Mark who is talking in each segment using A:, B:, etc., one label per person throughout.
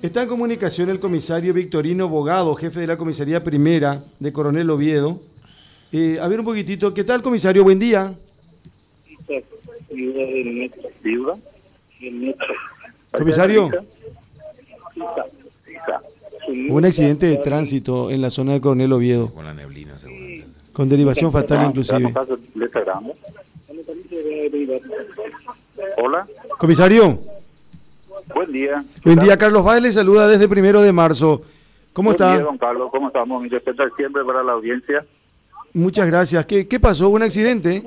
A: Está en comunicación el comisario Victorino Bogado, jefe de la comisaría primera de Coronel Oviedo. Eh, a ver un poquitito, ¿qué tal comisario? Buen día. Comisario. Hubo un accidente de tránsito en la zona de Coronel Oviedo,
B: Con la neblina, seguramente.
A: con derivación fatal inclusive.
C: Hola,
A: Comisario,
C: buen día.
A: buen día. Carlos Valle le saluda desde primero de marzo. ¿Cómo
C: Buen día,
A: está?
C: don Carlos, ¿cómo estamos? Mi respeto siempre para la audiencia.
A: Muchas gracias. ¿Qué, qué pasó? ¿Un accidente?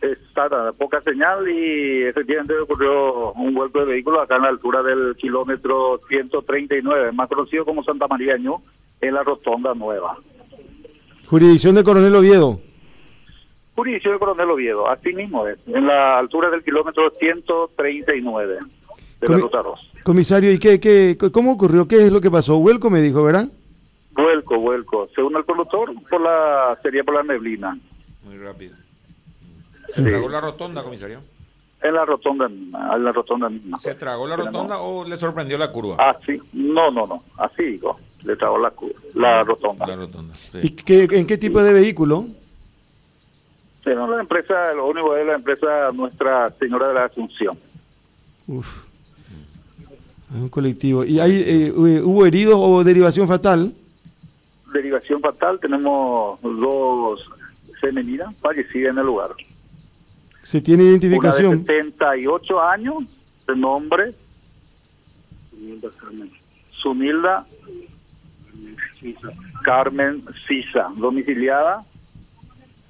C: Está dada poca señal y efectivamente ocurrió un vuelco de vehículo acá en la altura del kilómetro 139, más conocido como Santa María Ñu, en la Rotonda Nueva.
A: Jurisdicción de Coronel Oviedo.
C: Jurisdicción de Coronel Oviedo, así mismo es, en la altura del kilómetro 139 de la
A: Comi-
C: Ruta 2.
A: Comisario, ¿y qué, qué, cómo ocurrió? ¿Qué es lo que pasó? Huelco me dijo, ¿verdad?
C: Vuelco, vuelco. Según el conductor, por la, sería por la neblina.
B: Muy rápido.
C: Sí.
B: ¿Se tragó la rotonda, comisario?
C: En la rotonda misma, en la rotonda misma.
B: ¿Se tragó Ah. la
C: Pero no.
B: rotonda o le sorprendió la curva?
C: Así, no, no, no, así digo, le tragó la, cu- la rotonda.
B: La rotonda. sí.
A: ¿Y qué, en qué tipo de vehículo?
C: Pero la empresa, lo único es la empresa Nuestra Señora de la Asunción.
A: Uf. Es un colectivo. ¿Y hay, eh, hubo heridos o derivación fatal?
C: Derivación fatal, tenemos dos femeninas fallecidas en el lugar.
A: ¿Se tiene
C: Una de
A: identificación?
C: 78 años, de nombre Sunilda Carmen Sisa, domiciliada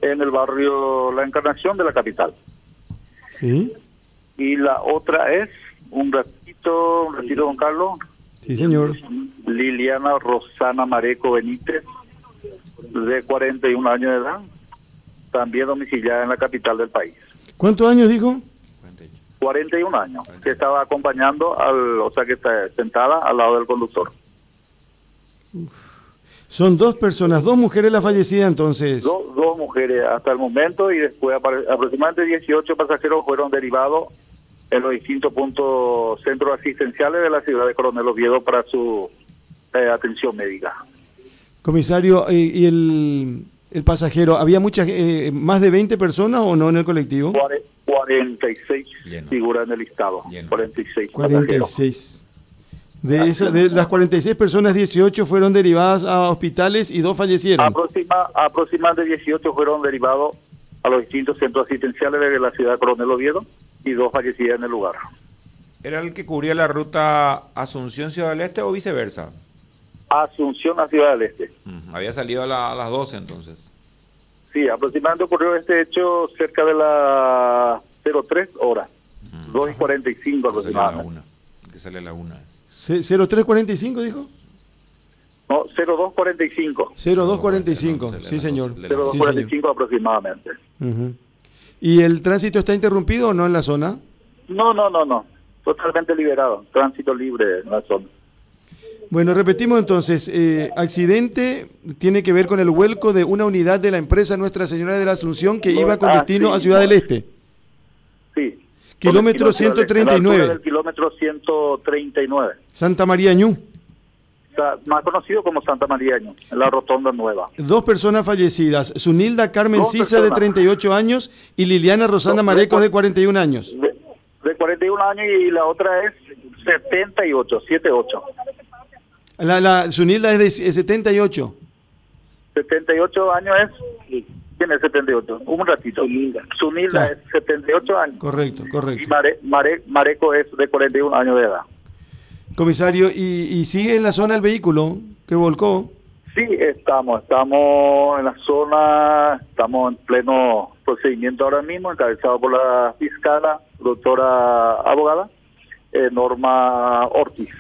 C: en el barrio La Encarnación de la capital. este-
A: Sí,
C: Y la otra es, un ratito, un ratito, don Carlos,
A: sí, señor.
C: Liliana Rosana Mareco Benítez, de 41 años de edad, también domiciliada en la capital del país.
A: ¿Cuántos años dijo?
B: 48.
C: 41 años, que estaba acompañando al, o sea, que está sentada al lado del conductor.
A: Son dos personas, dos mujeres las fallecidas entonces.
C: Do- dos mujeres hasta el momento y después apare- aproximadamente 18 pasajeros fueron derivados en los distintos puntos centros asistenciales de la ciudad de Coronel Oviedo para su eh, atención médica.
A: Comisario, eh, ¿y el, el pasajero? ¿Había muchas, eh, más de 20 personas o no en el colectivo?
C: Cuare- 46
B: Lleno.
C: figuras en el listado.
B: Lleno.
C: 46 pasajeros.
A: 46. De, esa- de las 46 personas, 18 fueron derivadas a hospitales y dos fallecieron.
C: Aproxima, aproximadamente 18 fueron derivados a los distintos centros asistenciales de la ciudad de Coronel Oviedo y dos fallecidas en el lugar.
B: ¿Era el que cubría la ruta Asunción Ciudad del Este o viceversa?
C: Asunción a Ciudad del Este.
B: Mm, Había salido a, la- a las 12 entonces.
C: Sí, aproximadamente ocurrió este hecho cerca de las 03 horas. 2 y 45
B: Que salió a la
C: aproximadamente.
B: una. Que sale a la 1.
A: Ce- 0345 dijo.
C: No, 0245.
A: 0245,
B: No, se le
A: sí
B: da
A: señor.
B: cosa, le da
A: Sí,
C: 0245
A: señor.
C: aproximadamente.
A: Ujú. ¿Y el tránsito está interrumpido o no en la zona?
C: No, no, no, no. Totalmente liberado. Tránsito libre en la zona.
A: Bueno, repetimos entonces, eh, accidente tiene que ver con el vuelco de una unidad de la empresa Nuestra Señora de la Asunción que iba con
C: Ah,
A: destino
C: sí.
A: a Ciudad del Este.
C: Sí.
A: Kilómetro
C: Con el kilómetro del- Este. a la altura
A: 139.
C: del kilómetro 139.
A: Santa María Ñu.
C: Sa- más conocido como Santa María Ñu, en la Rotonda Nueva.
A: Dos personas fallecidas, Sunilda Carmen
C: Dos
A: Sisa de
C: personas.
A: 38 años y Liliana Rosana
C: Dos-
A: Marecos
C: dos-
A: de 41 años.
C: De, de 41 años y la otra es 78, 78.
A: La, la- Sunilda es de s- eh, 78.
C: 78 años es... ¿Quién es 78? Un ratito. Sunilda.
A: Ya.
C: es 78 años.
A: Correcto,
C: Y
A: correcto.
C: Mare- Mare- Mareco es de 41 años de edad.
A: Comisario, ¿y, y sigue en la zona el vehículo que volcó?
C: Sí, estamos, estamos en la zona, estamos en pleno procedimiento ahora mismo, encabezado por la fiscala, doctora abogada eh, Norma Ortiz.